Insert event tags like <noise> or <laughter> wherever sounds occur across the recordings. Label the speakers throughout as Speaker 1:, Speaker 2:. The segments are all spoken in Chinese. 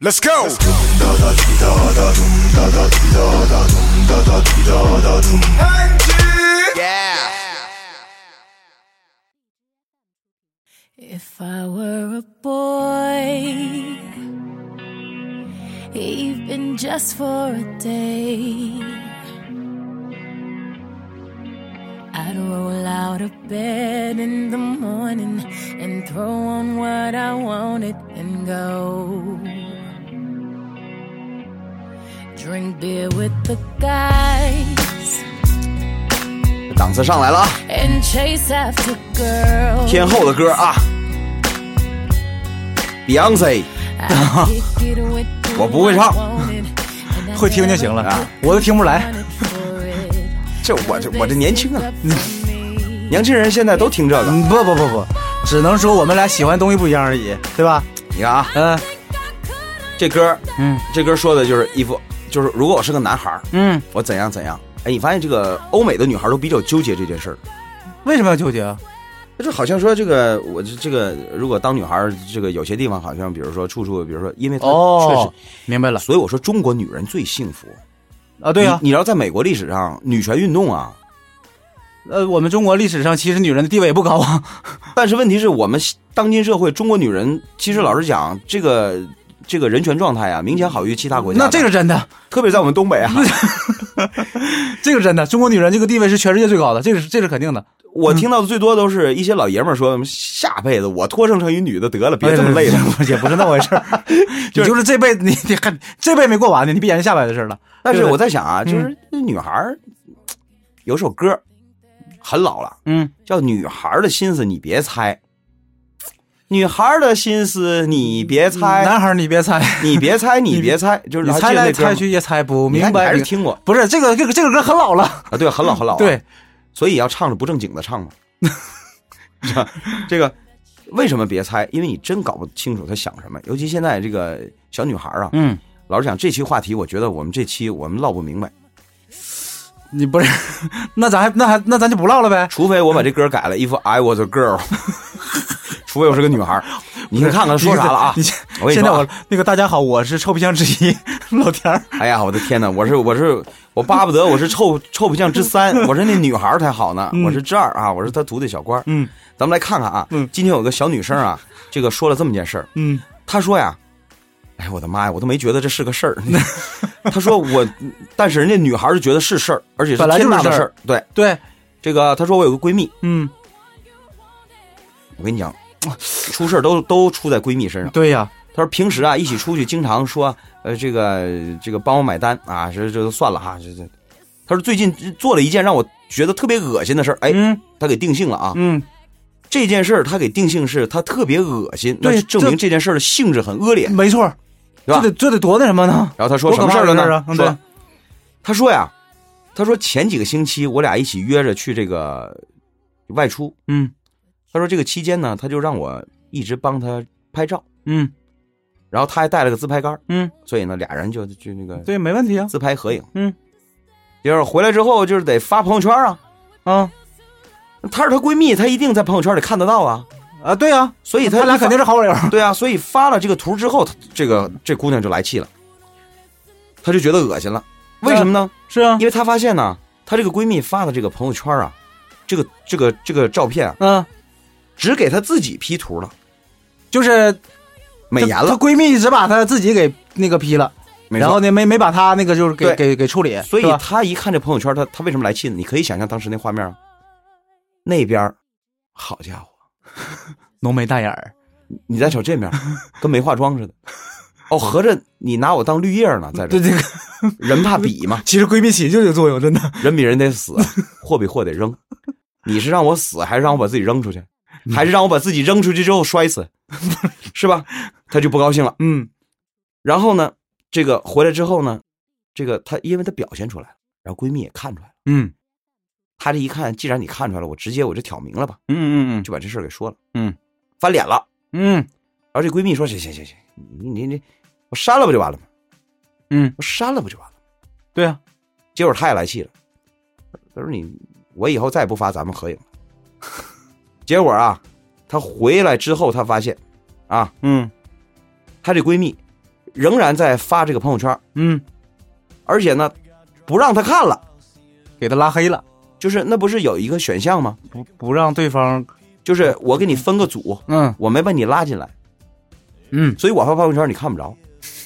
Speaker 1: Let's go.
Speaker 2: If I were a boy, even just for a day, I'd roll out of bed in the morning and throw on what I wanted and go. Drink beer with the guys
Speaker 3: 档次上来了啊，
Speaker 2: and chase after girls.
Speaker 3: 天后的歌啊，Beyonce， <laughs>
Speaker 2: 我
Speaker 3: 不会唱，
Speaker 4: 会听就行了
Speaker 3: 啊
Speaker 4: 我都听不出
Speaker 3: <laughs>
Speaker 4: 来。
Speaker 3: 这我这我这年轻
Speaker 4: <laughs>
Speaker 3: 啊，年轻人现在都听这个。
Speaker 4: 嗯，不不不不，只能说我们俩喜欢东西不一样而已，对吧？
Speaker 3: 你看啊，
Speaker 4: 嗯、
Speaker 3: 这歌，
Speaker 4: 嗯，
Speaker 3: 这歌说的就是一副，就是如果我是个男孩儿，
Speaker 4: 嗯，
Speaker 3: 我怎样怎样。哎，你发现这个欧美的女孩都比较纠结这件事儿，
Speaker 4: 为什么要纠结啊？
Speaker 3: 就好像说这个我这这个如果当女孩儿，这个有些地方好像，比如说处处，比如说，因为她
Speaker 4: 哦
Speaker 3: 确，
Speaker 4: 明白了
Speaker 3: 实，所以我说中国女人最幸福。
Speaker 4: 啊，对啊
Speaker 3: 你，你知道在美国历史上女权运动啊，
Speaker 4: 呃，我们中国历史上其实女人的地位也不高啊，
Speaker 3: 但是问题是我们当今社会中国女人，其实老实讲，这个这个人权状态啊，明显好于其他国家的。
Speaker 4: 那这个是嗯真的，
Speaker 3: 特别在我们东北啊，
Speaker 4: 这个是真的，中国女人这个地位是全世界最高的，这个是这是肯定的。
Speaker 3: 我听到的最多都是一些老爷们儿说，下辈子我托生成一女的得了，别这么累了。
Speaker 4: <laughs> 哎，也不是那么回事儿
Speaker 3: <laughs>
Speaker 4: 你就是这辈子你你还这辈子没过完呢，你别研究下辈子的事儿了。
Speaker 3: 但是
Speaker 4: 对
Speaker 3: 我在想啊，
Speaker 4: 嗯
Speaker 3: 就是女孩儿有首歌很老了，
Speaker 4: 嗯，
Speaker 3: 叫《女孩儿的心思你别猜》，女孩儿的心思你别猜，
Speaker 4: 哎男孩儿你别猜，
Speaker 3: 你别猜，你别猜，就是
Speaker 4: 嗯你
Speaker 3: 还
Speaker 4: 猜
Speaker 3: 记得
Speaker 4: 来
Speaker 3: 那歌吗
Speaker 4: 猜，去也猜不
Speaker 3: 你看
Speaker 4: 明
Speaker 3: 你还
Speaker 4: 白
Speaker 3: 是。听过
Speaker 4: 不是这个这个这个歌很老了，
Speaker 3: 啊？对，很老很老。，
Speaker 4: <laughs> 对，
Speaker 3: 所以要唱着不正经的唱嘛。 <laughs> 是吧这个为什么别猜？因为你真搞不清楚他想什么，尤其现在这个小女孩儿啊，
Speaker 4: 嗯，
Speaker 3: 老实讲，这期话题我觉得我们这期我们唠不明白，
Speaker 4: 你不是， <laughs> 那咱还那还那咱就不唠了呗。
Speaker 3: 除非我把这歌改了一副 I was a girl，除非我是个女孩儿。你先看看说啥了啊
Speaker 4: 你？现
Speaker 3: 我跟你
Speaker 4: 现在
Speaker 3: 说
Speaker 4: 我
Speaker 3: 啊，
Speaker 4: <laughs> 那个大家好，我是臭皮匠之一 <laughs> 老田儿。
Speaker 3: 哎呀，我的天哪！我是我是我巴不得我是臭臭皮匠之三，我是那女孩儿才好呢，我是之二啊，我是他徒弟小官。
Speaker 4: 嗯，
Speaker 3: 咱们来看看啊，今天有个小女生啊，这个说了这么件事儿，
Speaker 4: 嗯，
Speaker 3: 她说呀，哎，我的妈呀，我都没觉得这是个事儿。 <laughs> 她说我，但是人家女孩儿就觉得是事儿，而且是
Speaker 4: 本来就是
Speaker 3: 天大的
Speaker 4: 事儿
Speaker 3: 儿。对，
Speaker 4: 对，
Speaker 3: 这个她说我有个闺蜜，
Speaker 4: 嗯，
Speaker 3: 我跟你讲，出事儿都都出在闺蜜身上。
Speaker 4: 对呀，
Speaker 3: 她说平时啊一起出去，经常说呃这个这个帮我买单啊，这这都算了哈、这这。她说最近做了一件让我觉得特别恶心的事儿，哎，
Speaker 4: 嗯
Speaker 3: 她给定性了啊。
Speaker 4: 嗯，
Speaker 3: 这件事儿她给定性是她特别恶心，那
Speaker 4: 对
Speaker 3: 就证明
Speaker 4: 这
Speaker 3: 这件事儿的性质很恶劣。
Speaker 4: 没错儿，
Speaker 3: 对吧
Speaker 4: 这得这得多那什么呢？
Speaker 3: 然后她说什么
Speaker 4: 多可怕
Speaker 3: 儿
Speaker 4: 的
Speaker 3: 了
Speaker 4: 事儿啊
Speaker 3: 呢？
Speaker 4: 嗯
Speaker 3: 说
Speaker 4: 对
Speaker 3: 她说呀，她说前几个星期我俩一起约着去这个外出，
Speaker 4: 嗯
Speaker 3: 她说这个期间呢，她就让我一直帮她拍照。
Speaker 4: 嗯
Speaker 3: 然后他还带了个自拍杆儿，
Speaker 4: 嗯，
Speaker 3: 所以呢，俩人就就那个
Speaker 4: 对，没问题啊
Speaker 3: 自拍合影，
Speaker 4: 嗯，
Speaker 3: 就是回来之后就是得发朋友圈啊，
Speaker 4: 啊
Speaker 3: 她是她闺蜜，她一定在朋友圈里看得到啊，
Speaker 4: 啊，对呀，
Speaker 3: 所以她
Speaker 4: 他俩肯定
Speaker 3: 是
Speaker 4: 是好友。
Speaker 3: 对啊，所以发了这个图之后，她这个这姑娘就来气了，她就觉得恶心了，为什么呢？
Speaker 4: <laughs> 是啊，
Speaker 3: 因为她发现呢，她这个闺蜜发的这个朋友圈啊，这个这个这个照片啊，
Speaker 4: 嗯，
Speaker 3: 只给她自己 P 图了，
Speaker 4: 就是
Speaker 3: 美颜
Speaker 4: 她
Speaker 3: 了，
Speaker 4: 闺蜜只把她自己给那个 P 了，
Speaker 3: 没
Speaker 4: 然
Speaker 3: 错
Speaker 4: 后呢没没把她那个就是给
Speaker 3: 对
Speaker 4: 给给处理，
Speaker 3: 所以
Speaker 4: 是吧
Speaker 3: 他一看这朋友圈，他他为什么来气呢？你可以想象当时那画面啊，那边儿好家伙，
Speaker 4: 浓眉大眼儿，
Speaker 3: 你再瞅这
Speaker 4: <laughs>
Speaker 3: 面儿，跟没化妆似的。哦，合着你拿我当绿叶呢，在这
Speaker 4: 对
Speaker 3: 儿
Speaker 4: 这个 <laughs>
Speaker 3: 人怕比嘛，
Speaker 4: 其实闺蜜起就有作用，真的。
Speaker 3: 人比人得死，啊货比货得扔。你是让我死，还是让我把自己扔出去，还是让我把自己扔出去之后摔死，是吧？他就不高兴了。
Speaker 4: 嗯
Speaker 3: 然后呢，这个回来之后呢，这个他因为他表现出来了，然后闺蜜也看出来了，
Speaker 4: 嗯
Speaker 3: 她这一看，既然你看出来了，我直接我就挑明了吧。
Speaker 4: 嗯嗯嗯
Speaker 3: 就把这事儿给说了，
Speaker 4: 嗯，
Speaker 3: 翻脸了。
Speaker 4: 嗯
Speaker 3: 然后这闺蜜说：“行行行行，你你你，我删了不就完了吗？
Speaker 4: 嗯，
Speaker 3: 我删了不就完了吗
Speaker 4: 对啊，？”
Speaker 3: 结果她也来气了，她说：“你我以后再也不发咱们合影了。”结果啊，她回来之后，她发现啊，
Speaker 4: 嗯
Speaker 3: 她这闺蜜仍然在发这个朋友圈，
Speaker 4: 嗯，
Speaker 3: 而且呢，不让她看了。
Speaker 4: 给他拉黑了，
Speaker 3: 就是那不是有一个选项吗？
Speaker 4: 不不让对方，
Speaker 3: 就是我给你分个组，
Speaker 4: 嗯
Speaker 3: 我没把你拉进来，
Speaker 4: 嗯，
Speaker 3: 所以我发朋友圈你看不着。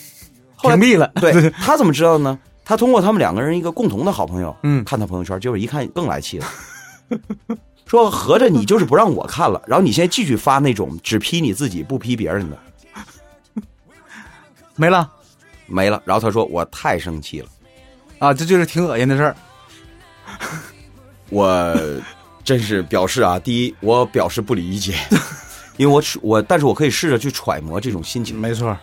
Speaker 3: <laughs> 后
Speaker 4: 屏
Speaker 3: 来 <laughs>
Speaker 4: 蔽了，
Speaker 3: 对他怎么知道呢？他通过他们两个人一个共同的好朋友，
Speaker 4: 嗯
Speaker 3: 看他朋友圈，结果一看更来气了， <laughs> 说合着你就是不让我看了，然后你现在继续发那种只批你自己不批别人的，
Speaker 4: 没了
Speaker 3: 没了。然后他说我太生气了，
Speaker 4: 啊，这就是挺恶心的事儿，
Speaker 3: 我真是表示啊，第一我表示不理解， <laughs> 因为我只我但是我可以试着去揣摩这种心情，
Speaker 4: 没错，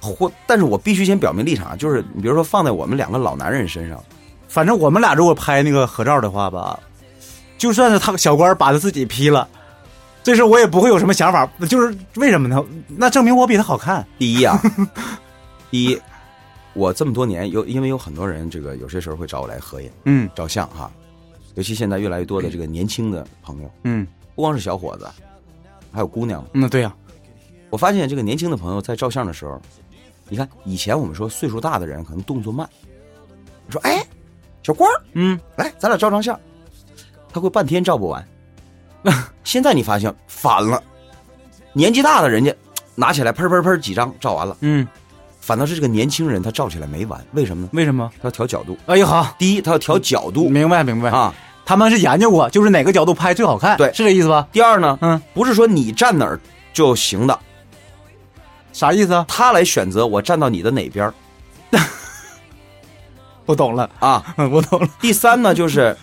Speaker 3: 或但是我必须先表明立场，啊就是你比如说放在我们两个老男人身上，
Speaker 4: 反正我们俩如果拍那个合照的话吧，就算是他小官把他自己劈了，这事我也不会有什么想法。就是为什么呢？那证明我比他好看。
Speaker 3: 第一啊，第一，我这么多年有，因为有很多人这个有些时候会找我来合影
Speaker 4: 嗯
Speaker 3: 照相哈，尤其现在越来越多的这个年轻的朋友，
Speaker 4: 嗯，
Speaker 3: 不光是小伙子，还有姑娘。
Speaker 4: 那对呀、
Speaker 3: 我发现这个年轻的朋友在照相的时候，你看以前我们说岁数大的人可能动作慢，你说哎，小官儿
Speaker 4: 嗯，
Speaker 3: 来哎咱俩照张相，他会半天照不完。 <laughs> 现在你发现反了，年纪大的人家拿起来喷喷喷几张照完了。
Speaker 4: 嗯，
Speaker 3: 反倒是这个年轻人他照起来没完，为什么呢？
Speaker 4: 为什么？
Speaker 3: 他要调角度。
Speaker 4: 哎呀好，
Speaker 3: 第一，他要调角度
Speaker 4: 明白明白。
Speaker 3: 啊。
Speaker 4: 他们是研究过，就是哪个角度拍最好看，
Speaker 3: 对
Speaker 4: 是这意思吧？
Speaker 3: 第二呢，
Speaker 4: 嗯，
Speaker 3: 不是说你站哪儿就行的，
Speaker 4: 啥意思啊？
Speaker 3: 他来选择我站到你的哪边儿
Speaker 4: 我懂 <laughs> 了，
Speaker 3: 啊。
Speaker 4: 嗯，我懂了。
Speaker 3: 第三呢，就是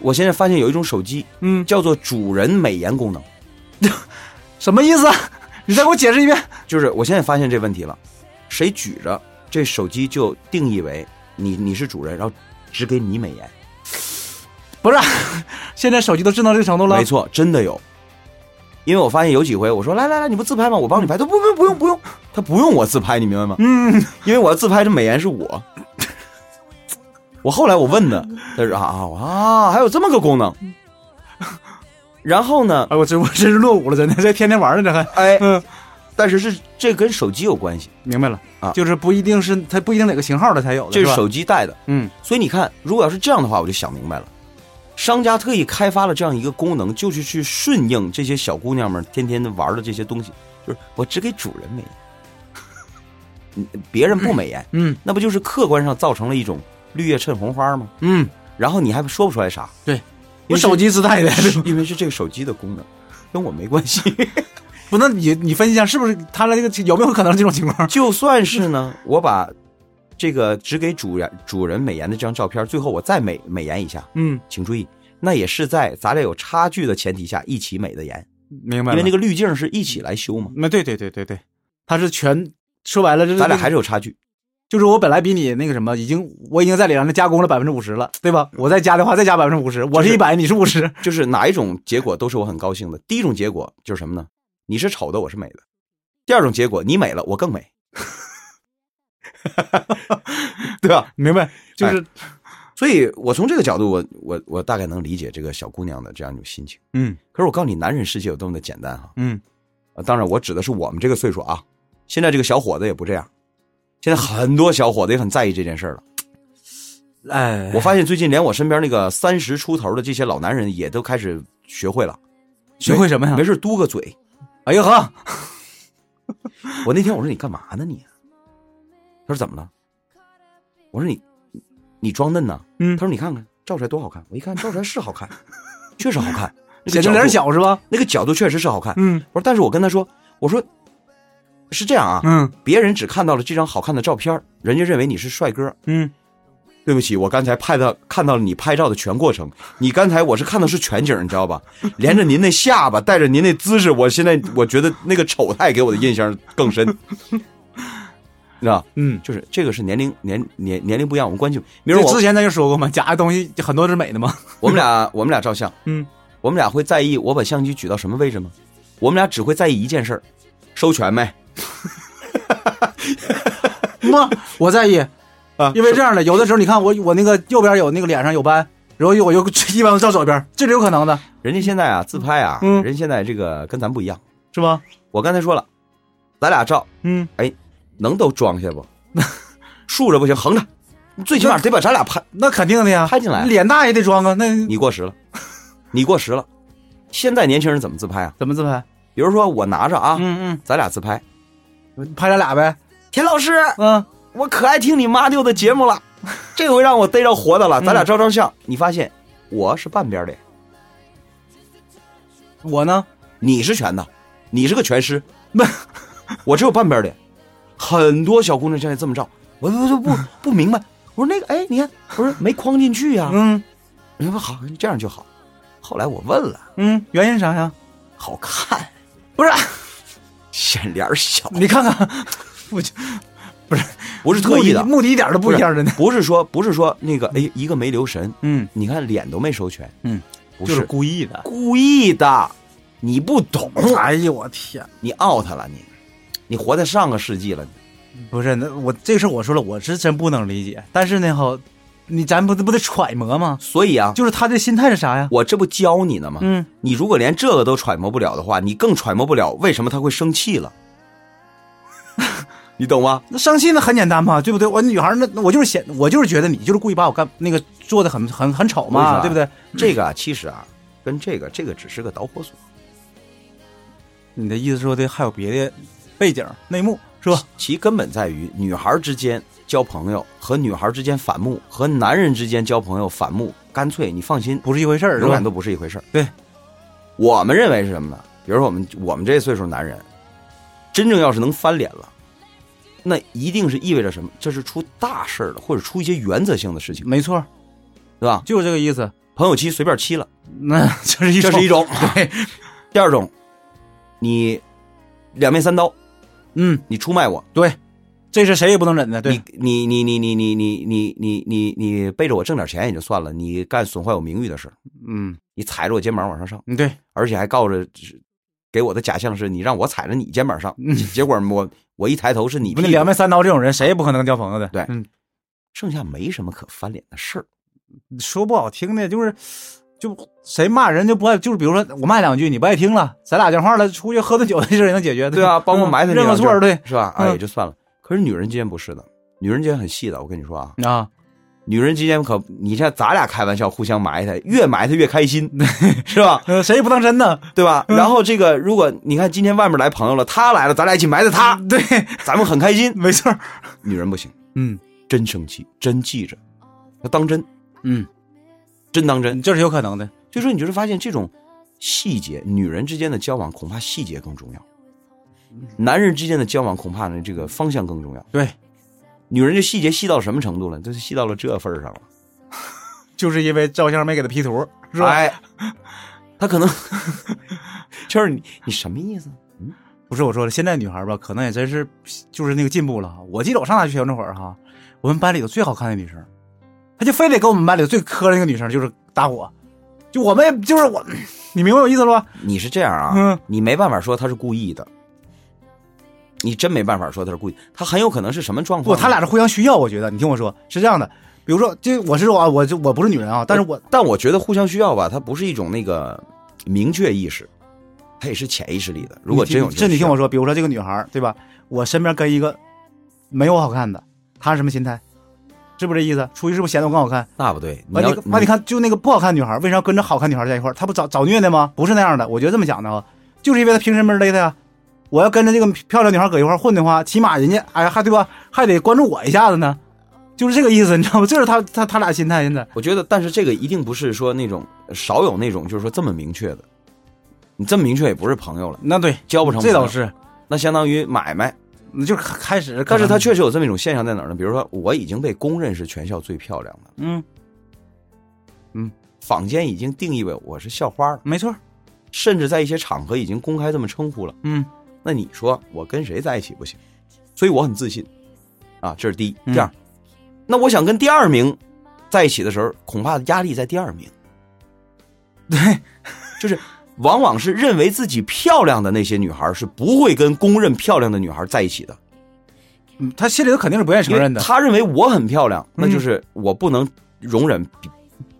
Speaker 3: 我现在发现有一种手机
Speaker 4: 嗯，
Speaker 3: 叫做主人美颜功能，
Speaker 4: 什么意思啊？ <laughs> 你再给我解释一遍。
Speaker 3: 就是我现在发现这问题了，谁举着这手机就定义为你你是主人，然后只给你美颜。
Speaker 4: 不是，啊现在手机都智能这个程度了
Speaker 3: 没。错，真的有。因为我发现有几回，我说来来来，你不自拍吗？我帮你拍。他说不不不用不用，他不用我自拍，你明白
Speaker 4: <laughs>
Speaker 3: 吗？
Speaker 4: 嗯，
Speaker 3: 因为我要自拍，这美颜是我。我后来我问的，他说啊啊，还有这么个功能。
Speaker 4: 嗯
Speaker 3: 然后呢，
Speaker 4: 哎，我这我真是落伍了，真的，这天天玩呢，这还。
Speaker 3: 哎，
Speaker 4: 嗯，
Speaker 3: 但是是这跟手机有关系，
Speaker 4: 明白了
Speaker 3: 啊
Speaker 4: 就是不一定是它不一定哪个型号的才有的，
Speaker 3: 这
Speaker 4: 是
Speaker 3: 是
Speaker 4: 吧
Speaker 3: 手机带的。
Speaker 4: 嗯
Speaker 3: 所以你看，如果要是这样的话，我就想明白了，商家特意开发了这样一个功能，就是去顺应这些小姑娘们天天玩的这些东西，就是我只给主人美颜，嗯别人不美颜，
Speaker 4: 嗯
Speaker 3: 那不就是客观上造成了一种绿叶衬红花吗？
Speaker 4: 嗯，
Speaker 3: 然后你还说不出来啥，
Speaker 4: 对，
Speaker 3: 因为
Speaker 4: 我
Speaker 3: 是
Speaker 4: 手机自带的，
Speaker 3: 因为是这个手机的功能，跟我没关系。
Speaker 4: 不，那你你分析一下，是不是他的这个有没有可能这种情况？
Speaker 3: 就算是呢，我把这个只给主人主人美颜的这张照片，最后我再美美颜一下，
Speaker 4: 嗯，
Speaker 3: 请注意，那也是在咱俩有差距的前提下一起美的颜，
Speaker 4: 明白
Speaker 3: 因
Speaker 4: 了。
Speaker 3: 为那个
Speaker 4: 个，
Speaker 3: 滤镜是一起来修嘛，
Speaker 4: 那对对对对对，他是全说白了，这
Speaker 3: 咱俩还是有差距。
Speaker 4: 就是我本来比你那个什么，已经我已经在里面加工了百分之五十了，对吧？我再加的话，再加百分之五十，我是一百，你是五十，
Speaker 3: 就是哪一种结果都是我很高兴的。第一种结果就是什么呢？你是丑的，我是美的。第二种结果，你美了，我更美，对吧？
Speaker 4: 明白？
Speaker 3: 哎
Speaker 4: 就是、
Speaker 3: 所以我从这个角度，我我我大概能理解这个小姑娘的这样一种心情。
Speaker 4: 嗯
Speaker 3: 可是我告诉你，男人世界有多么的简单哈、
Speaker 4: 嗯，
Speaker 3: 啊！当然，我指的是我们这个岁数啊。现在这个小伙子也不这样，现在很多小伙子也很在意这件事儿了。
Speaker 4: 哎，
Speaker 3: 我发现最近连我身边那个三十出头的这些老男人也都开始学会了，
Speaker 4: 学会什么呀
Speaker 3: 没？事嘟个嘴。
Speaker 4: 哎呀呵，
Speaker 3: 我那天我说你干嘛呢你？他说怎么了？我说你你你装嫩呢？
Speaker 4: 嗯
Speaker 3: 他说你看看照出来多好看。我一看照出来是好看，确实好看，那
Speaker 4: <laughs> 显
Speaker 3: 个
Speaker 4: 着
Speaker 3: 角
Speaker 4: 脸
Speaker 3: 度，
Speaker 4: 小是吧？
Speaker 3: 那个角度确实是好看。
Speaker 4: 嗯
Speaker 3: 我说但是我跟他说，我说是这样啊，
Speaker 4: 嗯
Speaker 3: 别人只看到了这张好看的照片，人家认为你是帅哥。
Speaker 4: 嗯，
Speaker 3: 对不起，我刚才拍到看到了你拍照的全过程。你刚才我是看的是全景，你知道吧？连着您那下巴，带着您那姿势，我现在我觉得那个丑态给我的印象更深，是吧？
Speaker 4: 嗯，
Speaker 3: 就是这个是年龄年年年龄不一样，我们关系。比
Speaker 4: 比
Speaker 3: 如
Speaker 4: 如
Speaker 3: 我
Speaker 4: 之前咱就说过嘛，假的东西很多是美 <laughs> 的嘛。
Speaker 3: 我们俩我们俩照相，
Speaker 4: 嗯，
Speaker 3: 我们俩会在意我把相机举到什么位置吗？我们俩只会在意一件事儿，收全没？
Speaker 4: 不，我在意
Speaker 3: 啊
Speaker 4: 因为这样的，有的时候你看我我那个右边有那个脸上有斑，然后我又一般都照左边，这是有可能的，
Speaker 3: 人家现在啊自拍啊，
Speaker 4: 嗯
Speaker 3: 人家现在这个跟咱不一样。
Speaker 4: 是吧？
Speaker 3: 我刚才说了，咱俩照
Speaker 4: 嗯，
Speaker 3: 能都装下不？ <laughs> 竖着不行，横着，你最起码得把咱俩拍。
Speaker 4: 那肯定的呀，
Speaker 3: 拍进来
Speaker 4: 脸大也得装啊。那
Speaker 3: 你过时了，你过时了。现在年轻人怎么自拍啊？
Speaker 4: 怎么自拍？
Speaker 3: 比如说我拿着啊，
Speaker 4: 嗯
Speaker 3: 咱俩自拍。
Speaker 4: 嗯，拍咱俩呗。
Speaker 3: 田老师，
Speaker 4: 嗯，
Speaker 3: 我可爱听你妈丢的节目 <laughs> 了，这回让我逮着活的了，咱俩照张相。嗯你发现我是半边脸，
Speaker 4: 我呢？
Speaker 3: 你是全的，你是个全尸， <laughs> 我只有半边脸。很多小姑娘现在这么照，我我 <laughs> 就不不明白。我说那个，哎，你看，我说没框进去呀、
Speaker 4: 嗯
Speaker 3: 你说好，这样就好。后来我问了，
Speaker 4: 嗯，原因啥呀？
Speaker 3: 好看，
Speaker 4: 不是，
Speaker 3: 显脸儿小，
Speaker 4: 你看看，我就
Speaker 3: 不是特意的，
Speaker 4: 目的一点都不一样，真的。
Speaker 3: 不是说不是说那个哎，一个没留神，
Speaker 4: 嗯，
Speaker 3: 你看脸都没收全，
Speaker 4: 嗯，
Speaker 3: 不
Speaker 4: 就是
Speaker 3: 是
Speaker 4: 故意的。
Speaker 3: 故意的，你不懂，
Speaker 4: 哎呦我天！
Speaker 3: 你 out 了你，你活在上个世纪了，
Speaker 4: 不是，那我这事儿我说了，我是真不能理解。但是呢，哈，你咱不不得揣摩吗？
Speaker 3: 所以啊，
Speaker 4: 就是他的心态是啥呀？
Speaker 3: 我这不教你呢吗？
Speaker 4: 嗯，
Speaker 3: 你如果连这个都揣摩不了的话，你更揣摩不了为什么他会生气了， <laughs> 你懂吗？
Speaker 4: 那生气那很简单嘛，对不对？我女孩儿那那我就是显，我就是觉得你就是故意把我干那个做的很很很丑
Speaker 3: 我跟你说
Speaker 4: 嘛，
Speaker 3: 啊
Speaker 4: 对不对？
Speaker 3: 这个啊，其实啊，跟这个这个只是个导火索，
Speaker 4: 你的意思说的还有别的背景内幕是吧？
Speaker 3: 其根本在于女孩之间交朋友和女孩之间反目，和男人之间交朋友反目，干脆你放心，
Speaker 4: 不是一回事儿，是
Speaker 3: 永
Speaker 4: 吧
Speaker 3: 远？都不是一回事儿。
Speaker 4: 对，
Speaker 3: 我们认为是什么呢？比如说我们我们这岁数男人，真正要是能翻脸了，那一定是意味着什么？这是出大事儿了，或者出一些原则性的事情，
Speaker 4: 没错，
Speaker 3: 对吧？
Speaker 4: 就是这个意思。
Speaker 3: 朋友妻随便妻了，
Speaker 4: 那 <laughs> 这是一
Speaker 3: 这
Speaker 4: 种
Speaker 3: 是一种；
Speaker 4: 对，
Speaker 3: <laughs> 第二种，你两面三刀，
Speaker 4: 嗯，
Speaker 3: 你出卖我，
Speaker 4: 对，这是谁也不能忍的，对
Speaker 3: 你，你你你你你你你你你你背着我挣点钱也就算了，你干损坏我名誉的事儿，
Speaker 4: 嗯，
Speaker 3: 你踩着我肩膀往上上，
Speaker 4: 嗯对，
Speaker 3: 而且还告着给我的假象是你让我踩着你肩膀上，结果我我一抬头是你
Speaker 4: 不是
Speaker 3: 屁
Speaker 4: 两
Speaker 3: 股，
Speaker 4: 面三刀这种人，谁也不可能交朋友的。
Speaker 3: 对
Speaker 4: 嗯，
Speaker 3: 剩下没什么可翻脸的事儿。
Speaker 4: 说不好听的，就是就谁骂人就不爱，就是比如说我骂两句你不爱听了，咱俩讲话了，出去喝顿酒的事儿也能解决，
Speaker 3: 对啊，包括埋汰
Speaker 4: 嗯
Speaker 3: 你
Speaker 4: 认个错儿，对
Speaker 3: 是吧？啊，
Speaker 4: 嗯
Speaker 3: 也就算了。可是女人之间不是的，女人之间很细的。我跟你说啊，
Speaker 4: 啊，
Speaker 3: 女人之间可你像咱俩开玩笑互相埋汰，越埋汰越开心，是吧？
Speaker 4: 嗯，谁也不当
Speaker 3: <laughs>
Speaker 4: 真呢。
Speaker 3: 对吧？然后这个如果你看今天外面来朋友了，他来了，咱俩一起埋汰他，
Speaker 4: 对，
Speaker 3: 咱们很开心。
Speaker 4: 没
Speaker 3: <laughs>
Speaker 4: 错儿，
Speaker 3: 女人不行，
Speaker 4: 嗯
Speaker 3: 真生气，真记着，要当真，
Speaker 4: 嗯，
Speaker 3: 真当真。
Speaker 4: 这是有可能的。
Speaker 3: 所以说，你就是发现这种细节，女人之间的交往恐怕细节更重要，男人之间的交往恐怕呢这个方向更重要。
Speaker 4: 对，
Speaker 3: 女人这细节细到什么程度了？就是细到了这份儿上了。
Speaker 4: 就是因为照相没给他 P 图，是吧？
Speaker 3: 哎，她可能 <laughs> 就是你，你什么意思？
Speaker 4: 不是我说的，现在女孩吧，可能也真是就是那个进步了哈。我记得我上大学那会儿哈，我们班里头最好看的女生，她就非得跟我们班里头最磕的那个女生就是搭伙，就我们也就是我，你明白我意思了吧？
Speaker 3: 你是这样啊？
Speaker 4: 嗯
Speaker 3: 你没办法说她是故意的，你真没办法说她是故意，她很有可能是什么状
Speaker 4: 不，
Speaker 3: 况？
Speaker 4: 他俩是互相需要，我觉得。你听我说，是这样的，比如说，就我是说啊，我就我不是女人啊，但是 <laughs> 我
Speaker 3: 但我觉得互相需要吧，它不是一种那个明确意识，它也是潜意识里的。如果真有
Speaker 4: 你听这，你
Speaker 3: 需
Speaker 4: 听
Speaker 3: 要
Speaker 4: 我说，比如说这个女孩儿，对吧？我身边跟一个没有我好看的，她是什么心态？是不是这意思？出去是不是显得我更好看？
Speaker 3: 那不对，
Speaker 4: 完
Speaker 3: 要
Speaker 4: 你完你看，就那个不好看女孩儿，为啥要跟着好看女孩儿在一块儿？她不找找虐的吗？不是那样的，我觉得这么讲的啊，就是因为她平时没人勒她呀。我要跟着这个漂亮女孩儿搁一块儿混的话，起码人家哎还对吧，还得关注我一下子呢，就是这个意思，你知道吗？这是她她她俩心态现在。
Speaker 3: 我觉得，但是这个一定不是说那种少有那种，就是说这么明确的。你这么明确也不是朋友了，
Speaker 4: 那对，
Speaker 3: 交不成。
Speaker 4: 这倒，是，
Speaker 3: 那相当于买卖。
Speaker 4: 那就是开开始，
Speaker 3: 但是
Speaker 4: 可
Speaker 3: 他
Speaker 4: 能
Speaker 3: 确实有这么一种现象在哪儿呢？比如说，我已经被公认是全校最漂亮的，
Speaker 4: 嗯，
Speaker 3: 坊间已经定义为我是校花了，
Speaker 4: 没错，
Speaker 3: 甚至在一些场合已经公开这么称呼了。
Speaker 4: 嗯，
Speaker 3: 那你说我跟谁在一起不行？所以我很自信，啊，这是第一。
Speaker 4: 嗯
Speaker 3: 第二，那我想跟第二名在一起的时候，恐怕压力在第二名。对，就是往往是认为自己漂亮的那些女孩是不会跟公认漂亮的女孩在一起的，
Speaker 4: 嗯他心里头肯定是不愿意承认的
Speaker 3: 因为，他认为我很漂亮，
Speaker 4: 嗯
Speaker 3: 那就是我不能容忍比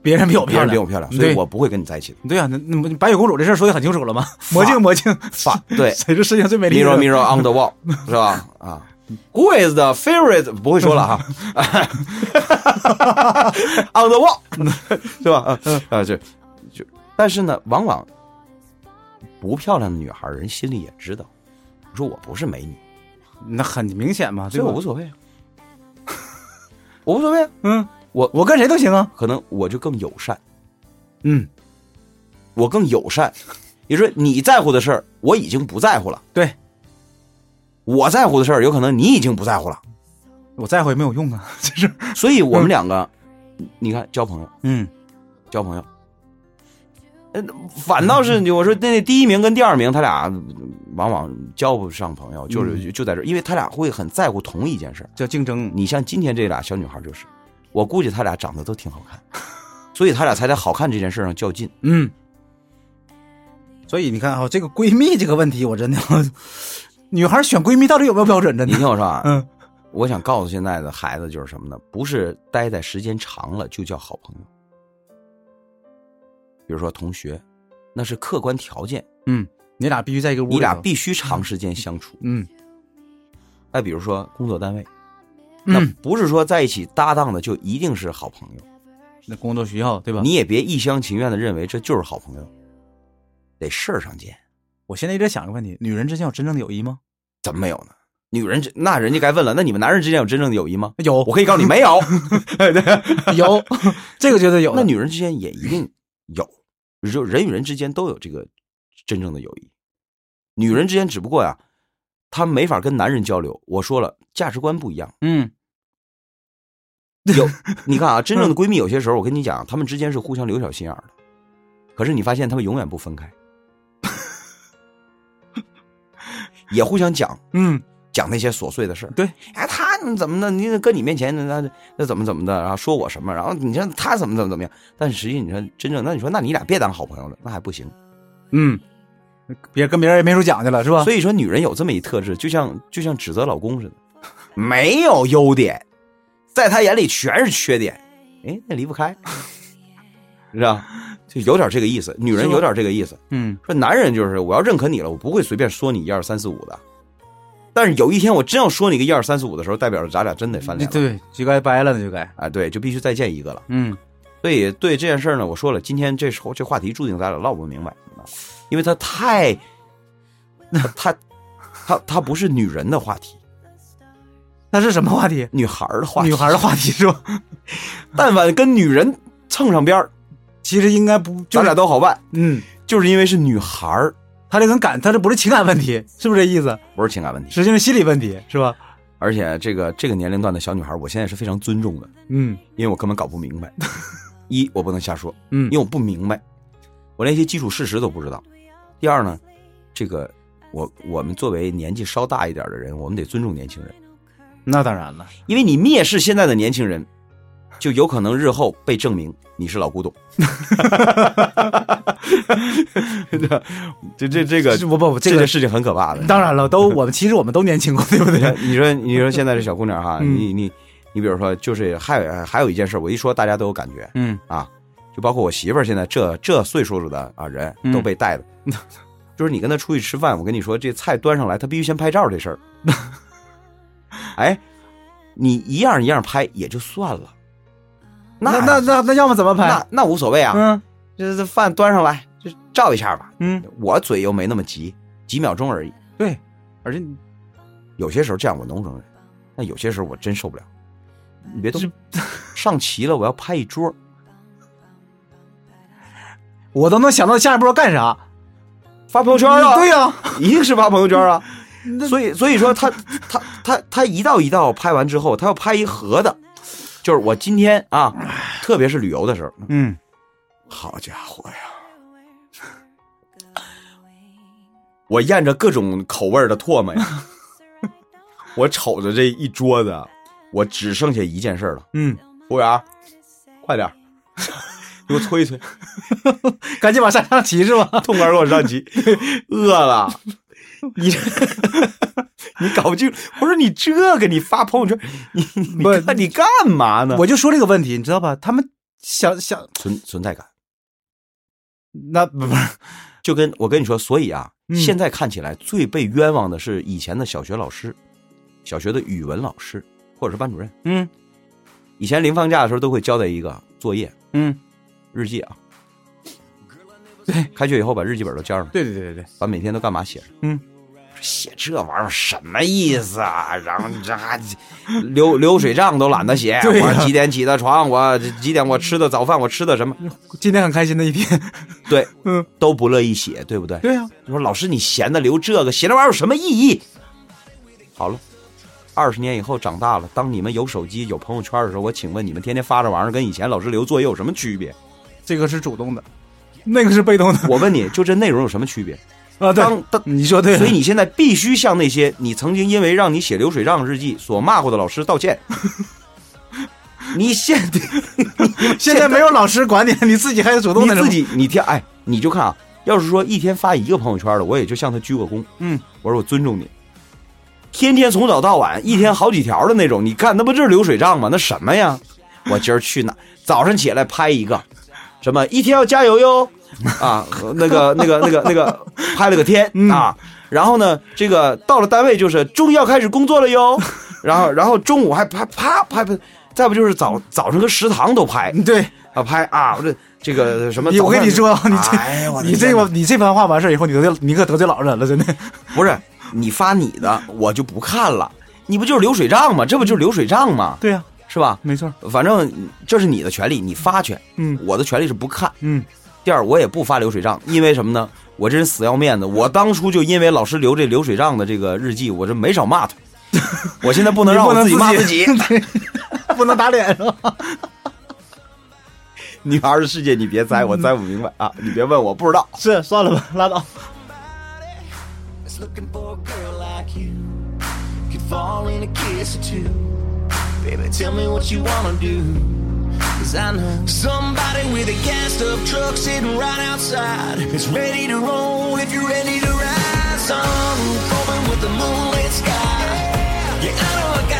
Speaker 4: 别人比我
Speaker 3: 别
Speaker 4: 漂
Speaker 3: 人比
Speaker 4: 亮嗯
Speaker 3: 我。漂亮，
Speaker 4: 对
Speaker 3: 所以我不会跟你在一起的。
Speaker 4: 对啊呀、那那白雪公主这事儿说的很清楚了吗？魔镜，魔镜，
Speaker 3: 法对
Speaker 4: <laughs> 谁是世界上最美丽的
Speaker 3: ，mirror
Speaker 4: 人？
Speaker 3: mirror on the wall <laughs> 是吧？啊，Who is the favorite？不会说了哈 <laughs> ，on the wall 是吧？啊啊，就就，但是呢，往往不漂亮的女孩儿，人心里也知道，说我不是美女，
Speaker 4: 那很明显嘛，
Speaker 3: 所以
Speaker 4: 对吧
Speaker 3: 我无？所谓啊， <laughs> 我无所谓啊，
Speaker 4: 嗯，
Speaker 3: 我
Speaker 4: 我跟谁都行啊。
Speaker 3: 可能我就更友善，
Speaker 4: 嗯，
Speaker 3: 我更友善。也就是说你在乎的事儿，我已经不在乎了；
Speaker 4: 对
Speaker 3: 我在乎的事儿，有可能你已经不在乎了。
Speaker 4: 我在乎也没有用啊， <laughs> 就是
Speaker 3: 所以我们两个，你看交朋友，
Speaker 4: 嗯，
Speaker 3: 交朋友，呃，反倒是我说那第一名跟第二名，他俩往往交不上朋友，就是就就在这儿，因为他俩会很在乎同一件事儿。
Speaker 4: 叫竞争。
Speaker 3: 你像今天这俩小女孩就是，我估计他俩长得都挺好看，所以他俩才在好看这件事上较劲。
Speaker 4: 嗯，所以你看啊、这个闺蜜这个问题，我真的，女孩选闺蜜到底有没有标准？真
Speaker 3: 你
Speaker 4: 的，
Speaker 3: 听我说啊，
Speaker 4: 嗯，
Speaker 3: 我想告诉现在的孩子就是什么呢？不是待在时间长了就叫好朋友。比如说同学，那是客观条件，
Speaker 4: 嗯，你俩必须在一个屋里头，
Speaker 3: 你俩必须长时间相处。
Speaker 4: 嗯
Speaker 3: 那比如说工作单位，那
Speaker 4: 嗯，
Speaker 3: 不是说在一起搭档的就一定是好朋友，
Speaker 4: 那工作需要对吧？
Speaker 3: 你也别一厢情愿的认为这就是好朋友，得事儿上见。
Speaker 4: 我现在一直想个问题：女人之间有真正的友谊吗？
Speaker 3: 怎么没有呢？女人这那人家该问了，那你们男人之间有真正的友谊吗？
Speaker 4: 有
Speaker 3: 我可以告诉你， <laughs> 没
Speaker 4: <laughs>
Speaker 3: 有。 <laughs>
Speaker 4: 有，这个绝对有。
Speaker 3: 那女人之间也一定有，就人与人之间都有这个真正的友谊。女人之间只不过呀、她没法跟男人交流。我说了，价值观不一样。
Speaker 4: 嗯
Speaker 3: 有你看啊，真正的闺蜜有些时候，我跟你讲，她们之间是互相留小心眼儿的。可是你发现她们永远不分开，也互相讲
Speaker 4: 嗯，
Speaker 3: 讲那些琐碎的事儿。
Speaker 4: 对，
Speaker 3: 哎，他怎么的？你搁你面前，那那那怎么怎么的？然后说我什么？然后你看他怎么怎么怎么样？但实际你说真正，那你说那你俩别当好朋友了，那还不行。
Speaker 4: 嗯，别跟别人也没处讲去了，是吧？
Speaker 3: 所以说，女人有这么一特质，就像就像指责老公似的， <laughs> 没有优点，在她眼里全是缺点。哎，那离不 <laughs> 开，是吧？就有点这个意思，女人有点这个意思。
Speaker 4: 嗯，
Speaker 3: 说男人就是我要认可你了，我不会随便说你一二三四五的。但是有一天我真要说你个一二三四五的时候，代表着咱俩真得翻
Speaker 4: 那
Speaker 3: 脸了。
Speaker 4: 对，就该掰了，那就该。
Speaker 3: 啊，对，就必须再见一个了。
Speaker 4: 嗯，
Speaker 3: 所以对这件事儿呢，我说了，今天这时候这话题注定咱俩唠不明白，因为它太，它它它不是女人的话题，
Speaker 4: 那是什么话题？
Speaker 3: 女孩儿的话题。
Speaker 4: 女孩的话题是吧？
Speaker 3: 但凡跟女人蹭上边儿，
Speaker 4: 其实应该不，就
Speaker 3: 咱
Speaker 4: 是
Speaker 3: 俩都好办，
Speaker 4: 嗯，
Speaker 3: 就是因为是女孩儿，
Speaker 4: 他这跟感，他这不是情感问题，是不是这意思？
Speaker 3: 不是情感问题。
Speaker 4: 实际上是心理问题，是吧？
Speaker 3: 而且这个这个年龄段的小女孩儿，我现在是非常尊重的，
Speaker 4: 嗯
Speaker 3: 因为我根本搞不明 <laughs> 白。一，我不能瞎说，
Speaker 4: 嗯
Speaker 3: 因为我不明白，我连一些基础事实都不知道。第二呢，这个我我们作为年纪稍大一点的人，我们得尊重年轻人，
Speaker 4: 那当然了， <laughs>
Speaker 3: 因为你蔑视现在的年轻人，就有可能日后被证明你是老古董。这这这个
Speaker 4: 这不不不，
Speaker 3: 这
Speaker 4: 个
Speaker 3: 个事情很可 <laughs> 怕的。
Speaker 4: 当然了，都我们其实我们都年轻过，对不
Speaker 3: 你
Speaker 4: 对？
Speaker 3: 说，你说，你说现在这小姑娘哈，
Speaker 4: 嗯
Speaker 3: 你你你，比如说，就是还有还有一件事，我一说大家都有感觉
Speaker 4: 嗯，
Speaker 3: 啊，就包括我媳妇儿现在这这岁数的啊人
Speaker 4: 嗯
Speaker 3: 都被带的， <laughs> 就是你跟她出去吃饭，我跟你说这菜端上来，她必须先拍照这事儿。哎，你一样一样拍也就算了，那
Speaker 4: 那那那那要么怎么拍
Speaker 3: 那？那无所谓啊，
Speaker 4: 嗯
Speaker 3: 这这饭端上来就照一下吧，
Speaker 4: 嗯，
Speaker 3: 我嘴又没那么急，几秒钟而已。
Speaker 4: 对，而且
Speaker 3: 有些时候这样我能容忍，但有些时候我真受不了。你别动
Speaker 4: 是，
Speaker 3: 上齐了我要拍一桌，
Speaker 4: 我都能想到下一步要干啥。
Speaker 3: 发朋友圈
Speaker 4: 嗯
Speaker 3: 啊，
Speaker 4: 对呀、
Speaker 3: 一定是发朋友圈啊。所以所以说他他他他一道一道拍完之后，他要拍一盒的，就是我今天啊，特别是旅游的时候，
Speaker 4: 嗯，
Speaker 3: 好家伙呀！我咽着各种口味儿的唾沫呀，我瞅着这一桌子，我只剩下一件事儿了。
Speaker 4: 嗯，
Speaker 3: 服务员，快点儿， <laughs> 给我催一催，
Speaker 4: 赶紧往下上棋是 <laughs> 吧？
Speaker 3: 痛快给我上齐， <laughs> 饿了。你 <laughs> 这你搞不清，我说你这个你发朋友圈，你你
Speaker 4: 不
Speaker 3: 干你干嘛呢？
Speaker 4: 我就说这个问题，你知道吧？他们想想
Speaker 3: 存存在感。
Speaker 4: 那不不是
Speaker 3: 就跟我跟你说，所以啊，
Speaker 4: 嗯
Speaker 3: 现在看起来最被冤枉的是以前的小学老师，小学的语文老师或者是班主任。
Speaker 4: 嗯
Speaker 3: 以前临放假的时候都会交代一个作业
Speaker 4: 嗯，
Speaker 3: 日记啊，对，开学以后把日记本都交上来，
Speaker 4: 对对对对对，
Speaker 3: 把每天都干嘛写上。
Speaker 4: 嗯，
Speaker 3: 写这玩意儿什么意思啊？然后这还流流水账都懒得写，
Speaker 4: 对呀
Speaker 3: 我几点起的床，我几点我吃的早饭，我吃的什么，
Speaker 4: 今天很开心的一天。
Speaker 3: 对，
Speaker 4: 嗯，
Speaker 3: 都不乐意写，对不对？
Speaker 4: <laughs> 对呀，
Speaker 3: 你说老师，你闲的留这个，写那玩意儿有什么意义？好了，二十年以后长大了，当你们有手机、有朋友圈的时候，我请问你们天天发这玩意儿，跟以前老师留作业有什么区别？
Speaker 4: 这个是主动的，那个是被动的
Speaker 3: 我问你，就这内容有什么区别？
Speaker 4: 啊。 <laughs> 对，
Speaker 3: 当当，
Speaker 4: 你说对啊了，
Speaker 3: 所以你现在必须向那些你曾经因为让你写流水账日记所骂过的老师道歉。你现在
Speaker 4: <laughs> 现在没有老师管你，你自己还得主动
Speaker 3: 你
Speaker 4: 的
Speaker 3: 自己，你听，哎，你就看啊，要是说一天发一个朋友圈的，我也就向他鞠个躬，
Speaker 4: 嗯，
Speaker 3: 我说我尊重你。天天从早到晚，一天好几条的那种，你看那不就是流水账吗？那什么呀？我今儿去哪？早上起来拍一个，什么一天要加油哟，啊，呃那个那个那个那个拍了个天啊，然后呢，这个到了单位就是终于要开始工作了哟，然后然后中午还拍啪拍拍，再不就是早早上跟食堂都拍，
Speaker 4: 对。
Speaker 3: 啊拍啊，我这这个什么
Speaker 4: 嗯你
Speaker 3: 早饭？
Speaker 4: 我跟你说，你这、
Speaker 3: 哎呀我的
Speaker 4: 你这
Speaker 3: 天哪
Speaker 4: 个你这番话完事儿以后，你得罪你可得罪老人了，真的。
Speaker 3: 不是你发你的，我就不看了。你不就是流水账吗？这不就是流水账吗？
Speaker 4: 对呀、
Speaker 3: 是吧？
Speaker 4: 没错。
Speaker 3: 反正这是你的权利，你发去。
Speaker 4: 嗯
Speaker 3: 我的权利是不看。
Speaker 4: 嗯，
Speaker 3: 第二，我也不发流水账，因为什么呢？我这人死要面子，我当初就因为老师留这流水账的这个日记，我这没少
Speaker 4: <laughs>
Speaker 3: 骂他。我现在不能让我自己骂自己。
Speaker 4: 不能打脸是吧？
Speaker 3: 女孩的世界，你别栽，我栽不明白啊！你别问我，不知道。
Speaker 4: 是，算了吧，拉倒。
Speaker 1: It's looking for a girl like you. Could fall in a kiss or two. Baby, tell me what you wanna do. Cause I know somebody with a cast up truck sitting right outside. It's ready to roll if you're ready to rise. I'm with the moonlit sky. Yeah, I know I got